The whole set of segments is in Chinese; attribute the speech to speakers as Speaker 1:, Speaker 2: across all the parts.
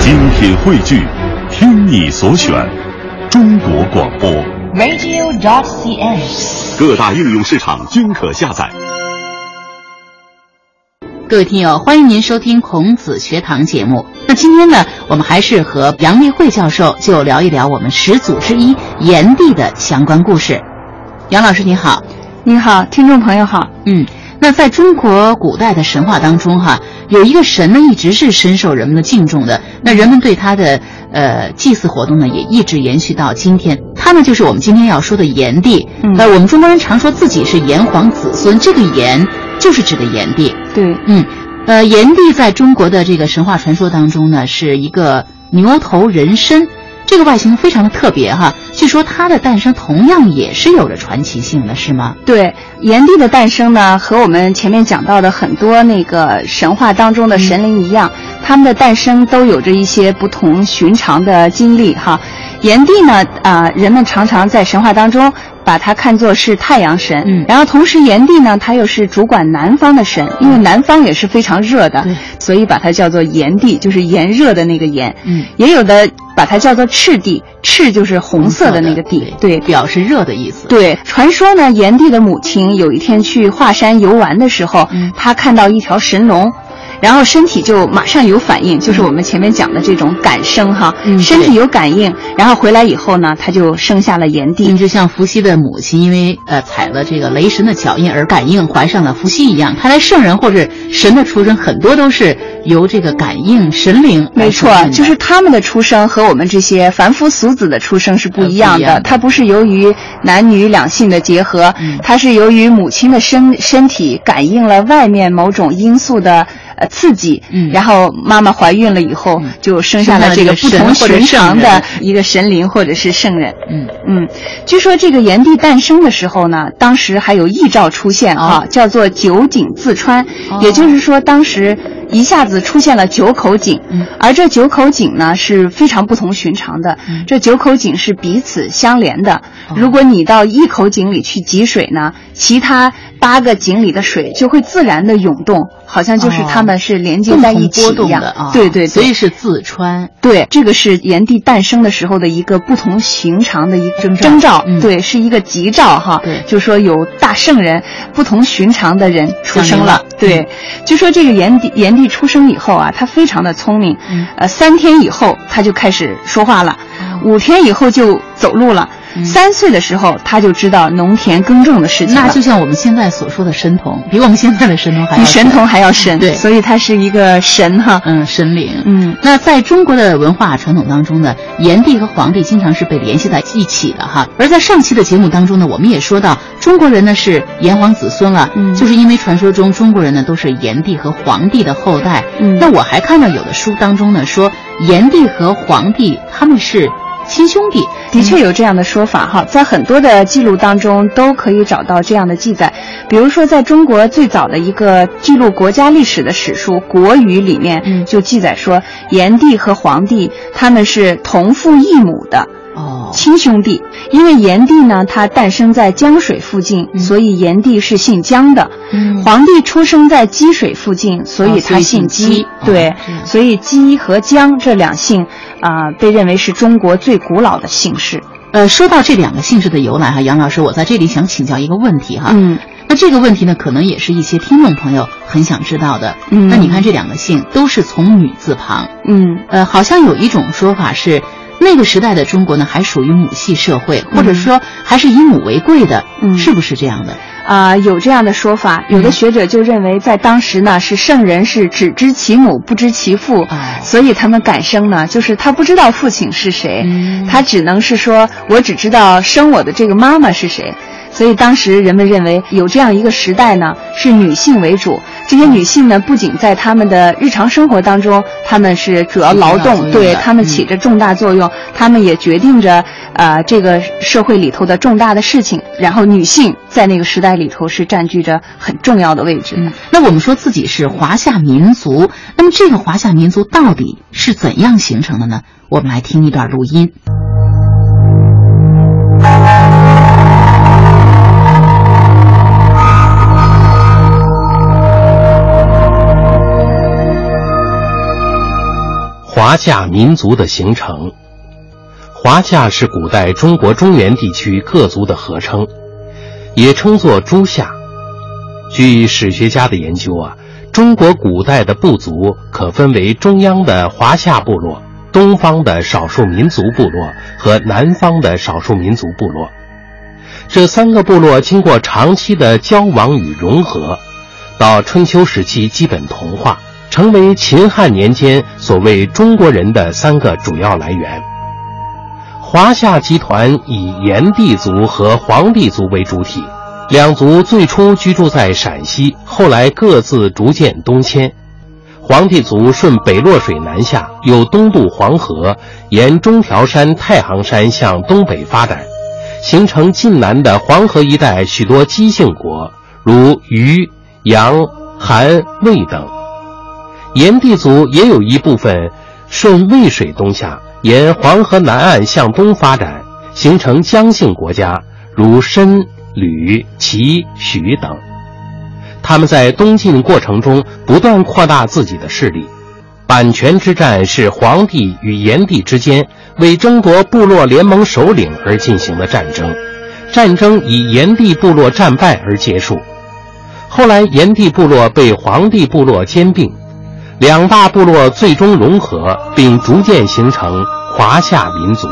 Speaker 1: 精品汇聚，听你所选，中国广播。
Speaker 2: radio.cn，
Speaker 1: 各大应用市场均可下载。
Speaker 2: 各位听友，欢迎您收听孔子学堂节目。那今天呢，我们还是和杨立慧教授就聊一聊我们始祖之一炎帝的相关故事。杨老师你好，
Speaker 3: 你好，听众朋友好。
Speaker 2: 嗯，那在中国古代的神话当中哈，有一个神呢，一直是深受人们的敬重的。那人们对他的呃祭祀活动呢，也一直延续到今天。他呢，就是我们今天要说的炎帝。
Speaker 3: 嗯
Speaker 2: 呃，我们中国人常说自己是炎黄子孙，这个炎就是指的炎帝。
Speaker 3: 对，
Speaker 2: 嗯，呃，炎帝在中国的这个神话传说当中呢，是一个牛头人身，这个外形非常的特别哈。据说他的诞生同样也是有着传奇性的，是吗？
Speaker 3: 对，炎帝的诞生呢，和我们前面讲到的很多那个神话当中的神灵一样，他们的诞生都有着一些不同寻常的经历哈。炎帝呢，啊、人们常常在神话当中把他看作是太阳神，
Speaker 2: 嗯
Speaker 3: 然后同时炎帝呢，他又是主管南方的神，因为南方也是非常热的，
Speaker 2: 对
Speaker 3: 所以把它叫做炎帝，就是炎热的那个炎。
Speaker 2: 嗯，
Speaker 3: 也有的把它叫做赤帝，赤就是红色的那个
Speaker 2: 地，
Speaker 3: 帝，对，
Speaker 2: 表示热的意思。
Speaker 3: 对，传说呢，炎帝的母亲有一天去华山游玩的时候，
Speaker 2: 嗯
Speaker 3: 她看到一条神龙。然后身体就马上有反应，就是我们前面讲的这种感生哈，
Speaker 2: 嗯
Speaker 3: 身体
Speaker 2: 对
Speaker 3: 有感应，然后回来以后呢，她就生下了炎帝。
Speaker 2: 嗯，就像伏羲的母亲因为呃踩了这个雷神的脚印而感应怀上了伏羲一样，看来圣人或者神的出生很多都是由这个感应神灵来
Speaker 3: 没错
Speaker 2: 决定，的
Speaker 3: 就是他们的出生和我们这些凡夫俗子的出生是不一样
Speaker 2: 呃不一样
Speaker 3: 的。它不是由于男女两性的结合
Speaker 2: 嗯，
Speaker 3: 它是由于母亲的身身体感应了外面某种因素的呃刺激
Speaker 2: 嗯，
Speaker 3: 然后妈妈怀孕了以后
Speaker 2: 嗯
Speaker 3: 就生下
Speaker 2: 生下了
Speaker 3: 了这个
Speaker 2: 这个神
Speaker 3: 不同
Speaker 2: 或者
Speaker 3: 寻常
Speaker 2: 圣人
Speaker 3: 的一个神灵或者是圣人。
Speaker 2: 嗯
Speaker 3: 嗯，据说这个炎帝诞生的时候呢，当时还有异兆出现啊，
Speaker 2: 哦
Speaker 3: 叫做九井自穿，
Speaker 2: 哦
Speaker 3: 也就是说当时一下子出现了九口井，
Speaker 2: 嗯
Speaker 3: 而这九口井呢是非常不同寻常的，
Speaker 2: 嗯
Speaker 3: 这九口井是彼此相连的。
Speaker 2: 哦
Speaker 3: 如果你到一口井里去汲水呢，其他八个井里的水就会自然的涌动，好像就是
Speaker 2: 哦
Speaker 3: 它们是连接
Speaker 2: 共
Speaker 3: 在
Speaker 2: 同
Speaker 3: 一起
Speaker 2: 波
Speaker 3: 一
Speaker 2: 动
Speaker 3: 样。
Speaker 2: 的啊，
Speaker 3: 对对对，
Speaker 2: 所以是自穿。
Speaker 3: 对，这个是炎帝诞生的时候的一个不同寻常的一个
Speaker 2: 征兆
Speaker 3: 征兆，
Speaker 2: 嗯
Speaker 3: 对，是一个吉兆哈。
Speaker 2: 对
Speaker 3: 就说有大圣人不同寻常的人出生
Speaker 2: 降临
Speaker 3: 了。
Speaker 2: 了嗯
Speaker 3: 对，就说这个炎帝炎帝出生以后啊，他非常的聪明，
Speaker 2: 嗯
Speaker 3: 呃，三天以后他就开始说话了，
Speaker 2: 哦
Speaker 3: 五天以后就走路了，
Speaker 2: 嗯
Speaker 3: 三岁的时候他就知道农田耕种的事情了。
Speaker 2: 那就像我们现在所说的神童，比我们现在的神童还要
Speaker 3: 比神
Speaker 2: 神
Speaker 3: 童还要神，
Speaker 2: 对
Speaker 3: 所以他是一个神哈。
Speaker 2: 嗯神灵。
Speaker 3: 嗯，
Speaker 2: 那在中国的文化传统当中呢，炎帝和黄帝经常是被联系在一起的哈。而在上期的节目当中呢，我们也说到，中国人呢是炎黄子孙了，
Speaker 3: 嗯
Speaker 2: 就是因为传说中中国人呢都是炎帝和黄帝的后代。
Speaker 3: 嗯
Speaker 2: 那我还看到有的书当中呢说，炎帝和黄帝他们是亲兄弟，
Speaker 3: 的确有这样的说法哈，在很多的记录当中都可以找到这样的记载。比如说，在中国最早的一个记录国家历史的史书《国语》里
Speaker 2: 嗯
Speaker 3: 面就记载说，炎帝和黄帝他们是同父异母的。
Speaker 2: 哦，
Speaker 3: 亲兄弟，因为炎帝呢，他诞生在江水附近，
Speaker 2: 嗯
Speaker 3: 所以炎帝是姓江的。
Speaker 2: 嗯
Speaker 3: 皇帝出生在积水附近，所
Speaker 2: 哦所以
Speaker 3: 以他
Speaker 2: 姓
Speaker 3: 姓
Speaker 2: 姬
Speaker 3: 姬。
Speaker 2: 哦
Speaker 3: 对，
Speaker 2: 这样
Speaker 3: 所以姬和姜这两姓啊、被认为是中国最古老的姓氏。
Speaker 2: 呃，说到这两个姓氏的由来哈，杨老师，我在这里想请教一个问题哈。
Speaker 3: 嗯，
Speaker 2: 那这个问题呢，可能也是一些听众朋友很想知道的。
Speaker 3: 嗯
Speaker 2: 那你看这两个姓都是从女字旁，
Speaker 3: 嗯，
Speaker 2: 呃，好像有一种说法是，那个时代的中国呢还属于母系社会，或者说还是以母为贵的，
Speaker 3: 嗯
Speaker 2: 是不是这样的？
Speaker 3: 啊、有这样的说法，有的
Speaker 2: 嗯
Speaker 3: 学者就认为，在当时呢，是圣人是只知其母不知其父，
Speaker 2: 哎
Speaker 3: 所以他们敢生呢，就是他不知道父亲是谁，
Speaker 2: 嗯
Speaker 3: 他只能是说我只知道生我的这个妈妈是谁。所以当时人们认为有这样一个时代呢，是女性为主。这些女性呢，不仅在她们的日常生活当中，她们是主要劳
Speaker 2: 起重大作用
Speaker 3: 动，
Speaker 2: 的
Speaker 3: 对她们
Speaker 2: 嗯
Speaker 3: 起着重大作用，她们也决定着呃这个社会里头的重大的事情。然后女性在那个时代里头是占据着很重要的位置的。
Speaker 2: 嗯，那我们说自己是华夏民族，那么这个华夏民族到底是怎样形成的呢？我们来听一段录音。
Speaker 4: 华夏民族的形成。华夏是古代中国中原地区各族的合称，也称作诸夏。据史学家的研究啊，中国古代的部族可分为中央的华夏部落、东方的少数民族部落和南方的少数民族部落。这三个部落经过长期的交往与融合，到春秋时期基本同化，成为秦汉年间所谓中国人的三个主要来源。华夏集团以炎帝族和黄帝族为主体，两族最初居住在陕西，后来各自逐渐东迁。黄帝族顺北洛水南下，又东渡黄河，沿中条山、太行山向东北发展。形成晋南的黄河一带许多姬姓国，如虞、杨、韩、魏等。炎帝族也有一部分顺渭水东下，沿黄河南岸向东发展，形成姜姓国家，如申、吕、齐、许等。他们在东晋过程中不断扩大自己的势力。阪权之战是黄帝与炎帝之间为争夺部落联盟首领而进行的战争，战争以炎帝部落战败而结束。后来，炎帝部落被黄帝部落兼并，两大部落最终融合，并逐渐形成华夏民族。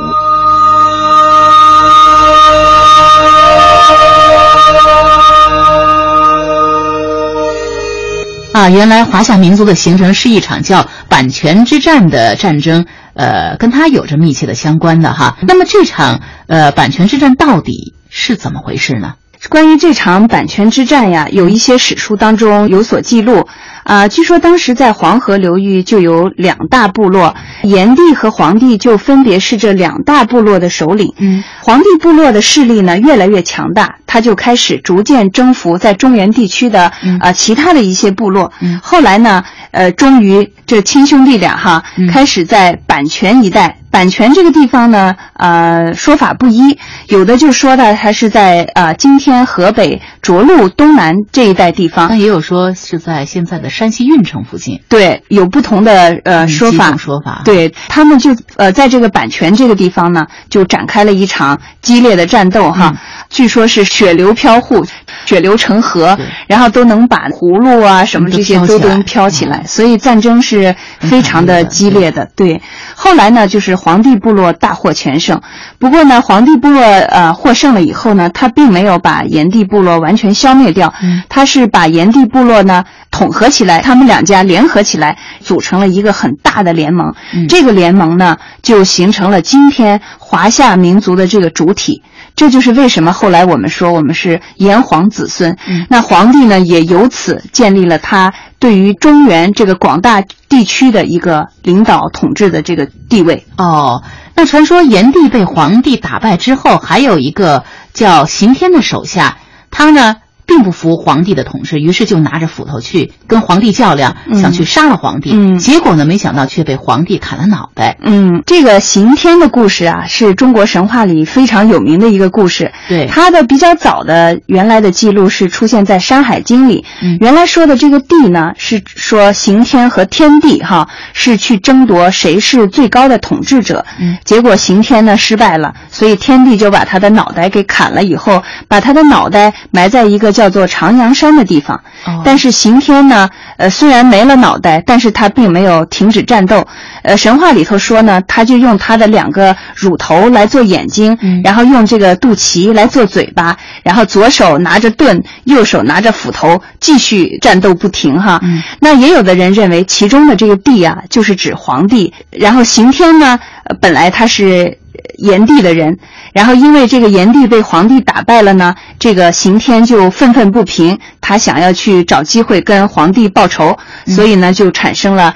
Speaker 2: 啊，原来华夏民族的形成是一场叫版权之战的战争，呃，跟它有着密切的相关的哈。那么这场呃版权之战到底是怎么回事呢？
Speaker 3: 关于这场版权之战呀，有一些史书当中有所记录。啊，据说当时在黄河流域就有两大部落，炎帝和黄帝就分别是这两大部落的首领。
Speaker 2: 嗯，
Speaker 3: 黄帝部落的势力呢越来越强大，他就开始逐渐征服在中原地区的啊、
Speaker 2: 嗯
Speaker 3: 呃其他的一些部落。
Speaker 2: 嗯
Speaker 3: 后来呢，呃，终于这亲兄弟俩哈、
Speaker 2: 嗯
Speaker 3: 开始在阪泉一带。阪泉这个地方呢，呃，说法不一，有的就说到它是在呃今天河北涿鹿东南这一带地方，
Speaker 2: 那也有说是在现在的山西运城附近，
Speaker 3: 对，有不同的呃
Speaker 2: 嗯
Speaker 3: 说
Speaker 2: 几
Speaker 3: 法
Speaker 2: 种。说法，，
Speaker 3: 对他们就呃，在这个版权这个地方呢，就展开了一场激烈的战斗哈。
Speaker 2: 嗯
Speaker 3: 据说是血流飘户，血流成河
Speaker 2: 对，
Speaker 3: 然后都能把葫芦啊什么
Speaker 2: 都
Speaker 3: 这些
Speaker 2: 飘
Speaker 3: 都
Speaker 2: 起来
Speaker 3: 能飘起来，所以战争是
Speaker 2: 很惨
Speaker 3: 非常
Speaker 2: 烈
Speaker 3: 的
Speaker 2: 的
Speaker 3: 激烈的。对，后来呢，就是黄帝部落大获全胜。不过呢，黄帝部落呃获胜了以后呢，他并没有把炎帝部落完全消灭掉，
Speaker 2: 嗯
Speaker 3: 他是把炎帝部落呢统合起来，他们两家联合起来，组成了一个很大的联盟。
Speaker 2: 嗯
Speaker 3: 这个联盟呢，就形成了今天华夏民族的这个主体。这就是为什么后来我们说我们是炎黄子孙。
Speaker 2: 嗯
Speaker 3: 那皇帝呢，也由此建立了他对于中原这个广大地区的一个领导统治的这个地位。
Speaker 2: 哦，那传说炎帝被黄帝打败之后，还有一个叫刑天的手下，他呢并不服皇帝的统治，于是就拿着斧头去跟皇帝较量，
Speaker 3: 嗯
Speaker 2: 想去杀了皇帝。
Speaker 3: 嗯
Speaker 2: 结果呢，没想到却被皇帝砍了脑袋。
Speaker 3: 嗯，这个刑天的故事啊，是中国神话里非常有名的一个故事。
Speaker 2: 对，
Speaker 3: 它的比较早的原来的记录是出现在《山海经》里，
Speaker 2: 嗯
Speaker 3: 原来说的这个帝呢，是说刑天和天帝哈是去争夺谁是最高的统治者，
Speaker 2: 嗯
Speaker 3: 结果刑天呢失败了，所以天帝就把他的脑袋给砍了，以后把他的脑袋埋在一个叫做长阳山的地方。
Speaker 2: 哦
Speaker 3: 但是刑天呢，呃，虽然没了脑袋，但是他并没有停止战斗。呃，神话里头说呢，他就用他的两个乳头来做眼睛，
Speaker 2: 嗯
Speaker 3: 然后用这个肚脐来做嘴巴，然后左手拿着盾，右手拿着斧头，继续战斗不停哈。
Speaker 2: 嗯
Speaker 3: 那也有的人认为，其中的这个帝啊，就是指皇帝。然后刑天呢，呃本来他是呃炎帝的人，然后因为这个炎帝被皇帝打败了呢，这个刑天就愤愤不平，他想要去找机会跟皇帝报仇，
Speaker 2: 嗯
Speaker 3: 所以呢，就产生了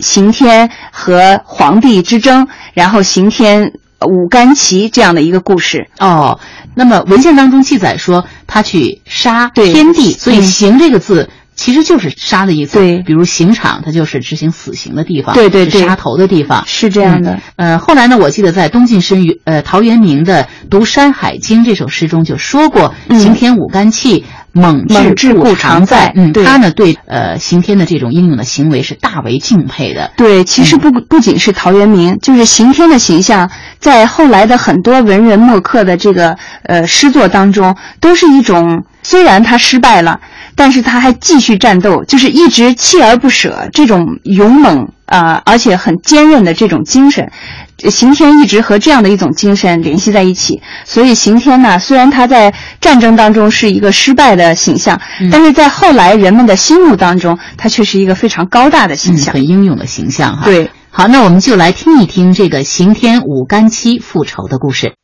Speaker 3: 刑天和皇帝之争，然后刑天呃五干旗这样的一个故事。
Speaker 2: 哦，那么文献当中记载说他去杀
Speaker 3: 对
Speaker 2: 天帝，所以“
Speaker 3: 嗯
Speaker 2: 刑”这个字。其实就是杀的意思，
Speaker 3: 对
Speaker 2: 比如刑场，它就是执行死刑的地方，
Speaker 3: 对对
Speaker 2: 是
Speaker 3: 对
Speaker 2: 杀头的地方，
Speaker 3: 是这样的，
Speaker 2: 呃，后来呢，我记得在东晋申元呃陶渊明的《读山海经》这首诗中就说过，
Speaker 3: 嗯
Speaker 2: 刑天五干气，猛
Speaker 3: 猛
Speaker 2: 志
Speaker 3: 志
Speaker 2: 固
Speaker 3: 固
Speaker 2: 常
Speaker 3: 常
Speaker 2: 在
Speaker 3: 在。
Speaker 2: 嗯，
Speaker 3: 对
Speaker 2: 他呢对呃刑天的这种英勇的行为是大为敬佩的。
Speaker 3: 对，其
Speaker 2: 嗯
Speaker 3: 实不不仅是陶渊明，就是刑天的形象，在后来的很多文人墨客的这个呃诗作当中，都是一种虽然他失败了，但是他还继续战斗，就是一直锲而不舍这种勇猛啊、呃而且很坚韧的这种精神。这刑天一直和这样的一种精神联系在一起，所以刑天呢，虽然他在战争当中是一个失败的形象，
Speaker 2: 嗯
Speaker 3: 但是在后来人们的心目当中，他却是一个非常高大的形
Speaker 2: 嗯，
Speaker 3: 象。
Speaker 2: 很英勇的形象哈。，
Speaker 3: 对，
Speaker 2: 好，那我们就来听一听这个刑天五干七复仇的故事。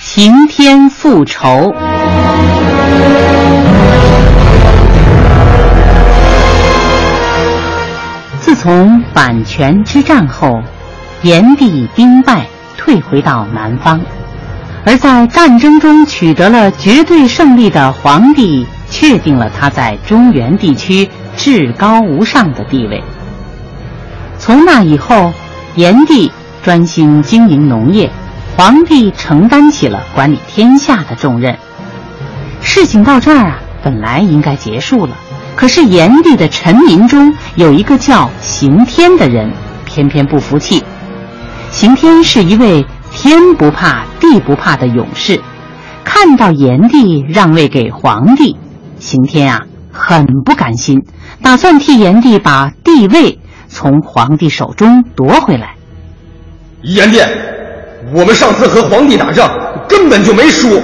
Speaker 2: 刑天复仇。自从阪泉之战后，炎帝兵败，退回到南方。而在战争中取得了绝对胜利的皇帝，确定了他在中原地区至高无上的地位。从那以后，炎帝专心经营农业，皇帝承担起了管理天下的重任。事情到这儿啊，本来应该结束了，可是炎帝的臣民中有一个叫刑天的人，偏偏不服气，刑天是一位天不怕地不怕的勇士，看到炎帝让位给皇帝，刑天啊很不甘心，打算替炎帝把帝位从皇帝手中夺回来。
Speaker 5: 炎帝，我们上次和皇帝打仗根本就没输，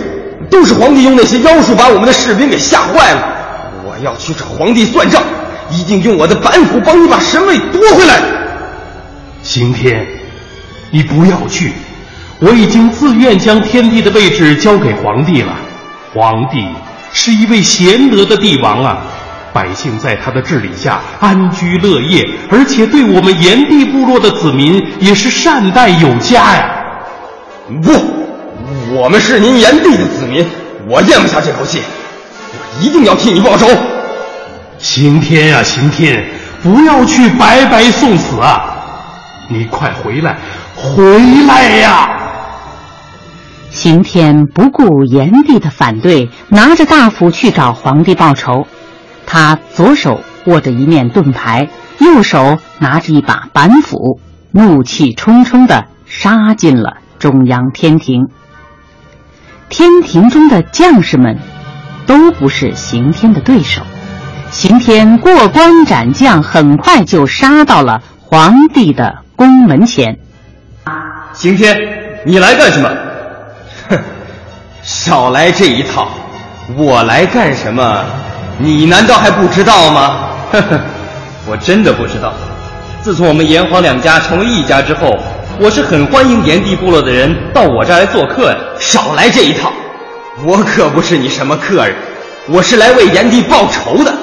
Speaker 5: 都是皇帝用那些妖术把我们的士兵给吓坏了。我要去找皇帝算账，一定用我的板斧帮你把神位夺回来。
Speaker 4: 刑天，你不要去，我已经自愿将天帝的位置交给皇帝了。皇帝是一位贤德的帝王啊，百姓在他的治理下安居乐业，而且对我们炎帝部落的子民也是善待有加呀、
Speaker 5: 不，我们是您炎帝的子民，我咽不下这口气，我一定要替你报仇。
Speaker 4: 刑天呀、刑天，不要去白白送死啊！你快回来，回来呀、
Speaker 2: 刑天不顾炎帝的反对，拿着大斧去找皇帝报仇。他左手握着一面盾牌，右手拿着一把板斧，怒气冲冲地杀进了中央天庭。天庭中的将士们都不是刑天的对手，刑天过关斩将，很快就杀到了皇帝的宫门前。
Speaker 5: 刑天，你来干什么？哼， 少来这一套！我来干什么？你难道还不知道吗？ 呵呵，我真的不知道。自从我们炎黄两家成为一家之后，我是很欢迎炎帝部落的人到我这儿来做客呀。少来这一套！我可不是你什么客人，我是来为炎帝报仇的。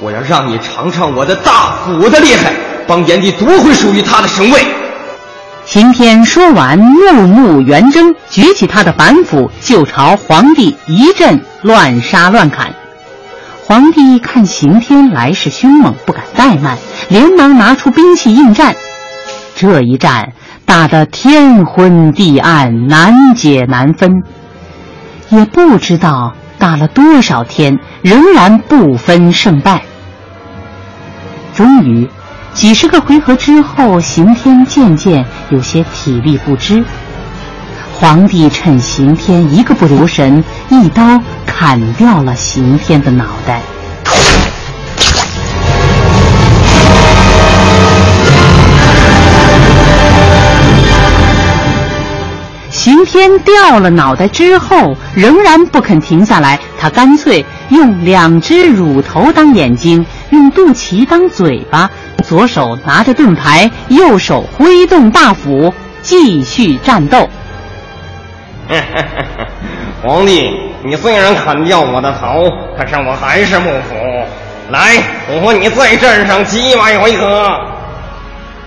Speaker 5: 我要让你尝尝我的大斧的厉害，帮炎帝夺回属于他的神位。
Speaker 2: 刑天说完，怒目圆睁，举起他的板斧就朝皇帝一阵乱杀乱砍。皇帝看刑天来势凶猛，不敢怠慢，连忙拿出兵器应战。这一战打得天昏地暗，难解难分，也不知道打了多少天，仍然不分胜败。终于，几十个回合之后，刑天渐渐有些体力不支。皇帝趁刑天一个不留神，一刀砍掉了刑天的脑袋。刑天掉了脑袋之后，仍然不肯停下来，他干脆用两只乳头当眼睛，用肚脐当嘴巴，左手拿着盾牌，右手挥动大斧，继续战斗。
Speaker 5: 皇帝，你虽然砍掉我的头，可是我还是不服。来，我和你再战上几百回合。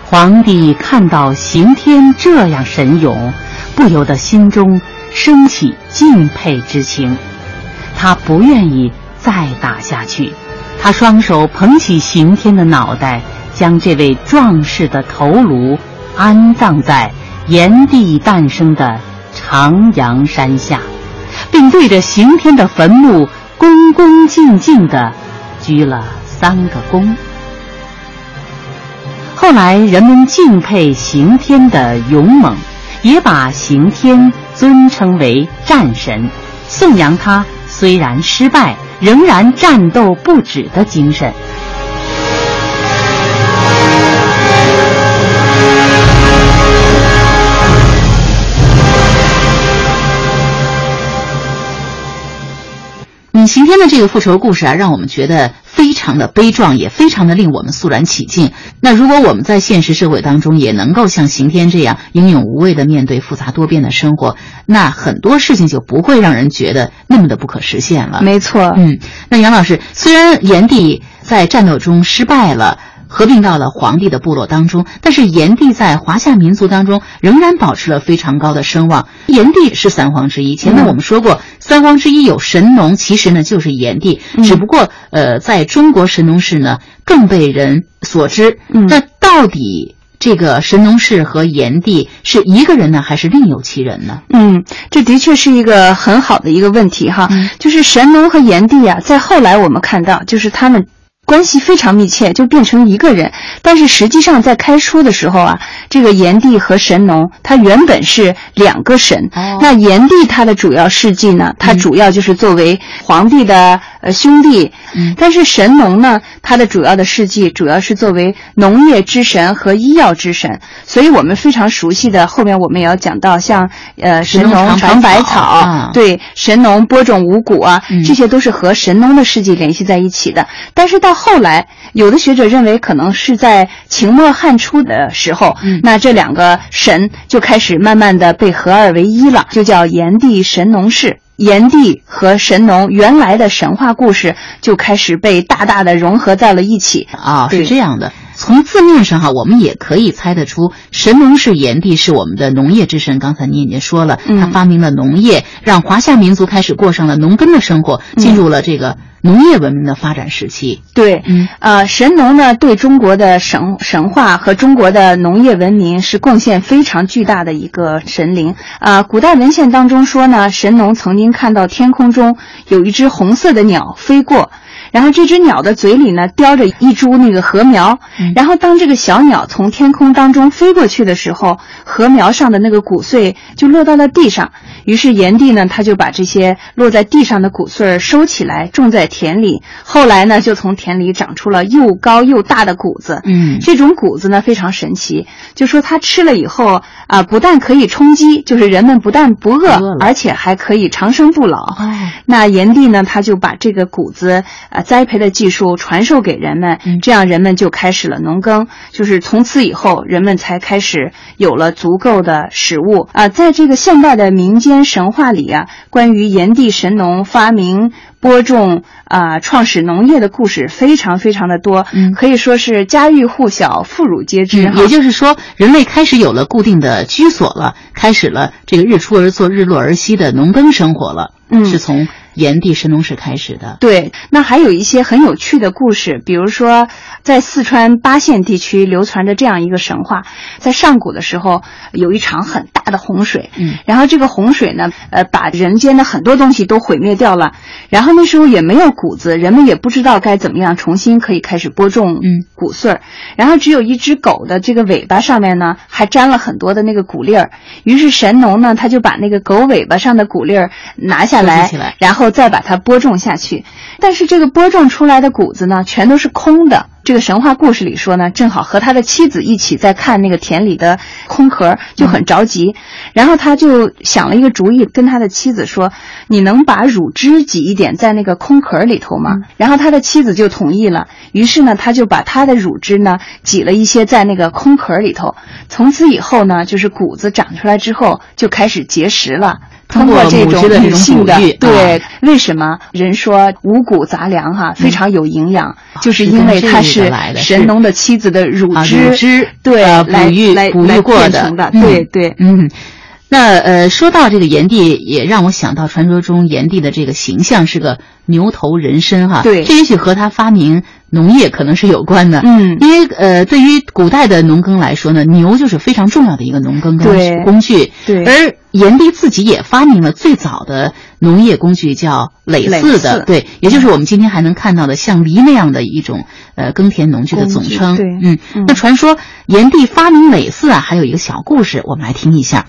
Speaker 2: 皇帝看到刑天这样神勇，不由得心中升起敬佩之情。他不愿意再打下去，他双手捧起刑天的脑袋，将这位壮士的头颅安葬在炎帝诞生的长阳山下，并对着刑天的坟墓恭恭敬敬地鞠了三个躬。后来，人们敬佩刑天的勇猛，也把刑天尊称为战神，颂扬他虽然失败，仍然战斗不止的精神。嗯，刑天的这个复仇故事啊，让我们觉得非常的悲壮，也非常的令我们肃然起敬。那如果我们在现实社会当中也能够像刑天这样英勇无畏的面对复杂多变的生活，那很多事情就不会让人觉得那么的不可实现了。
Speaker 3: 没错，
Speaker 2: 嗯，那杨老师，虽然炎帝在战斗中失败了，合并到了黄帝的部落当中，但是炎帝在华夏民族当中仍然保持了非常高的声望。炎帝是三皇之一，前面我们说过，三皇之一有神农，其实呢就是炎帝，
Speaker 3: 嗯
Speaker 2: 只不过呃，在中国神农氏呢更被人所知。
Speaker 3: 嗯
Speaker 2: 那到底？这个神农氏和炎帝是一个人呢，还是另有其人呢？
Speaker 3: 嗯，这的确是一个很好的一个问题哈。
Speaker 2: 嗯
Speaker 3: 就是神农和炎帝啊，在后来我们看到，就是他们关系非常密切，就变成一个人。但是实际上在开初的时候啊，这个炎帝和神农他原本是两个神。
Speaker 2: 哦嗯
Speaker 3: 那炎帝他的主要事迹呢，他主要就是作为皇帝的呃兄弟。
Speaker 2: 嗯
Speaker 3: 但是神农呢，他的主要的事迹主要是作为农业之神和医药之神，所以我们非常熟悉的，后面我们也要讲到像呃神
Speaker 2: 神农尝
Speaker 3: 农尝
Speaker 2: 百
Speaker 3: 百
Speaker 2: 草
Speaker 3: 草，
Speaker 2: 啊
Speaker 3: 对神农播种五谷啊，
Speaker 2: 嗯
Speaker 3: 这些都是和神农的事迹联系在一起的。但是到后来，有的学者认为可能是在秦末汉初的时候，
Speaker 2: 嗯
Speaker 3: 那这两个神就开始慢慢的被合二为一了，就叫炎帝神农氏。炎帝和神农原来的神话故事就开始被大大的融合在了一起。
Speaker 2: 啊、是
Speaker 3: 对
Speaker 2: 这样的。从字面上哈，我们也可以猜得出，神农氏炎帝是我们的农业之神。刚才你已经说了，
Speaker 3: 嗯
Speaker 2: 他发明了农业，让华夏民族开始过上了农耕的生活，进入了这个农业文明的发展时期。
Speaker 3: 对，
Speaker 2: 嗯
Speaker 3: 呃，神农呢对中国的神神话和中国的农业文明是贡献非常巨大的一个神灵。呃，古代文献当中说呢，神农曾经看到天空中有一只红色的鸟飞过，然后这只鸟的嘴里呢叼着一株那个禾苗，
Speaker 2: 嗯
Speaker 3: 然后当这个小鸟从天空当中飞过去的时候，禾苗上的那个谷穗就落到了地上。于是炎帝呢，他就把这些落在地上的谷穗儿收起来，种在田里。后来呢，就从田里长出了又高又大的谷子。
Speaker 2: 嗯
Speaker 3: 这种谷子呢非常神奇，就说它吃了以后啊、不但可以充饥，就是人们不但不饿，
Speaker 2: 不饿了
Speaker 3: 而且还可以长生不老。
Speaker 2: 哦，
Speaker 3: 那炎帝呢，他就把这个谷子呃栽培的技术传授给人们
Speaker 2: 嗯，
Speaker 3: 这样人们就开始了农耕，就是从此以后，人们才开始有了足够的食物啊、在这个现代的民间神话里啊，关于炎帝神农发明。播种啊、创始农业的故事非常非常的多，
Speaker 2: 嗯
Speaker 3: 可以说是家喻户晓、妇孺皆知
Speaker 2: 嗯
Speaker 3: 哈。
Speaker 2: 也就是说，人类开始有了固定的居所了，开始了这个日出而作、日落而息的农耕生活了。
Speaker 3: 嗯
Speaker 2: 是从炎帝神农氏开始的。
Speaker 3: 对，那还有一些很有趣的故事，比如说，在四川巴县地区流传着这样一个神话：在上古的时候，有一场很大的洪水，
Speaker 2: 嗯
Speaker 3: 然后这个洪水呢，呃，把人间的很多东西都毁灭掉了。然后那时候也没有谷子，人们也不知道该怎么样重新可以开始播种
Speaker 2: 嗯
Speaker 3: 谷穗儿。然后只有一只狗的这个尾巴上面呢，还沾了很多的那个谷粒儿。于是神农呢，他就把那个狗尾巴上的谷粒儿拿下
Speaker 2: 收
Speaker 3: 来，
Speaker 2: 集起来
Speaker 3: 然后再把它播种下去。但是这个播种出来的谷子呢，全都是空的。这个神话故事里说呢，正好和他的妻子一起在看那个田里的空壳，就很着急。然后他就想了一个主意，跟他的妻子说：“你能把乳汁挤一点在那个空壳里头
Speaker 2: 嗯
Speaker 3: 吗？”然后他的妻子就同意了。于是呢，他就把他的乳汁呢挤了一些在那个空壳里头。从此以后呢，就是谷子长出来之后就开始结实了。
Speaker 2: 通
Speaker 3: 通
Speaker 2: 过
Speaker 3: 过这
Speaker 2: 母
Speaker 3: 种
Speaker 2: 汁的这啊
Speaker 3: 女
Speaker 2: 种
Speaker 3: 性的
Speaker 2: 哺育
Speaker 3: 对，为什么人说五谷杂粮哈、非常有营养，就是因为
Speaker 2: 嗯
Speaker 3: 它
Speaker 2: 啊是跟这
Speaker 3: 是
Speaker 2: 个来的是
Speaker 3: 神农的妻子的乳
Speaker 2: 啊，
Speaker 3: 汁，
Speaker 2: 乳汁
Speaker 3: 对，
Speaker 2: 呃、哺
Speaker 3: 来
Speaker 2: 育
Speaker 3: 来
Speaker 2: 哺育
Speaker 3: 来
Speaker 2: 过
Speaker 3: 变
Speaker 2: 的
Speaker 3: 成，的，
Speaker 2: 嗯
Speaker 3: 对对，
Speaker 2: 嗯，那呃，说到这个炎帝，也让我想到传说中炎帝的这个形象是个牛头人身哈、
Speaker 3: 对
Speaker 2: 这也许和他发明农业可能是有关的。
Speaker 3: 嗯
Speaker 2: 因为呃，对于古代的农耕来说呢，牛就是非常重要的一个农耕工具
Speaker 3: 对
Speaker 2: 工具。
Speaker 3: 对
Speaker 2: 而炎帝自己也发明了最早的农业工具，叫耒耜
Speaker 3: 耒
Speaker 2: 的，
Speaker 3: 耜
Speaker 2: 对，也就是我们今天还能看到的像犁那样的一种呃耕田农具的
Speaker 3: 工
Speaker 2: 总
Speaker 3: 具
Speaker 2: 称。
Speaker 3: 对
Speaker 2: 嗯，
Speaker 3: 嗯
Speaker 2: 那传说炎帝发明耒耜啊，还有一个小故事，我们来听一下。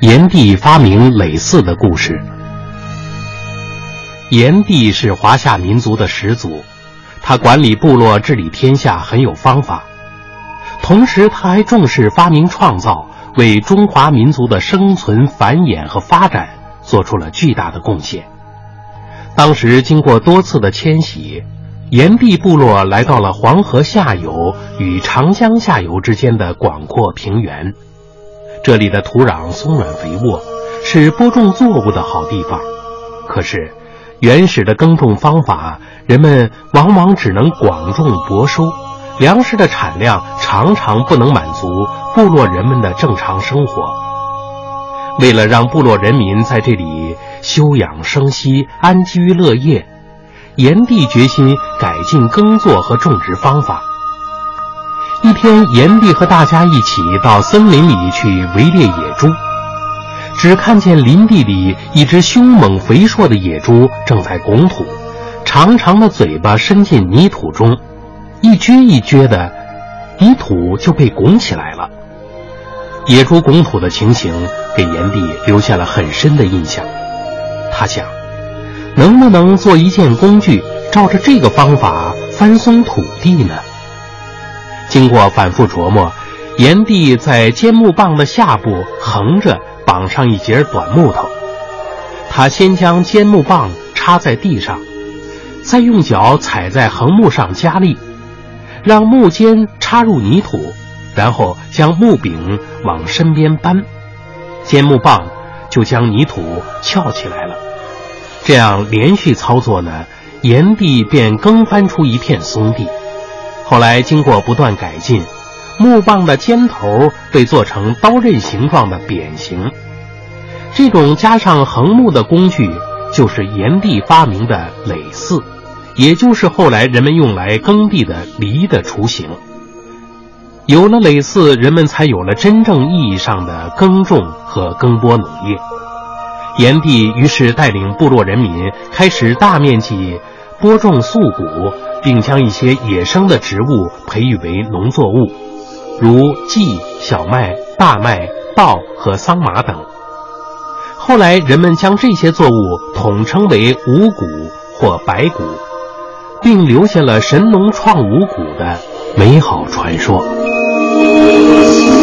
Speaker 4: 炎帝发明耒耜的故事。炎帝是华夏民族的始祖，他管理部落、治理天下很有方法，同时他还重视发明创造，为中华民族的生存、繁衍和发展做出了巨大的贡献。当时经过多次的迁徙，炎帝部落来到了黄河下游与长江下游之间的广阔平原。这里的土壤松软肥沃，是播种作物的好地方。可是，原始的耕种方法，人们往往只能广种薄收，粮食的产量常常不能满足部落人们的正常生活。为了让部落人民在这里休养生息、安居乐业，炎帝决心改进耕作和种植方法。一天，炎帝和大家一起到森林里去围猎野猪，只看见林地里一只凶猛肥硕的野猪正在拱土，长长的嘴巴伸进泥土中，一撅一撅的，泥土就被拱起来了。野猪拱土的情形给炎帝留下了很深的印象，他想，能不能做一件工具，照着这个方法翻松土地呢？经过反复琢磨，炎帝在尖木棒的下部横着绑上一截短木头。他先将尖木棒插在地上，再用脚踩在横木上加力，让木尖插入泥土，然后将木柄往身边扳，尖木棒就将泥土翘起来了。这样连续操作呢，炎帝便耕翻出一片松地。后来经过不断改进，木棒的尖头被做成刀刃形状的扁形。这种加上横木的工具，就是炎帝发明的耒耜，也就是后来人们用来耕地的犁的雏形。有了耒耜，人们才有了真正意义上的耕种和耕播农业。炎帝于是带领部落人民开始大面积播种粟谷，并将一些野生的植物培育为农作物，如稷、小麦、大麦、稻和桑麻等。后来，人们将这些作物统称为五谷或百谷，并留下了“神农创五谷”的美好传说。
Speaker 6: Thank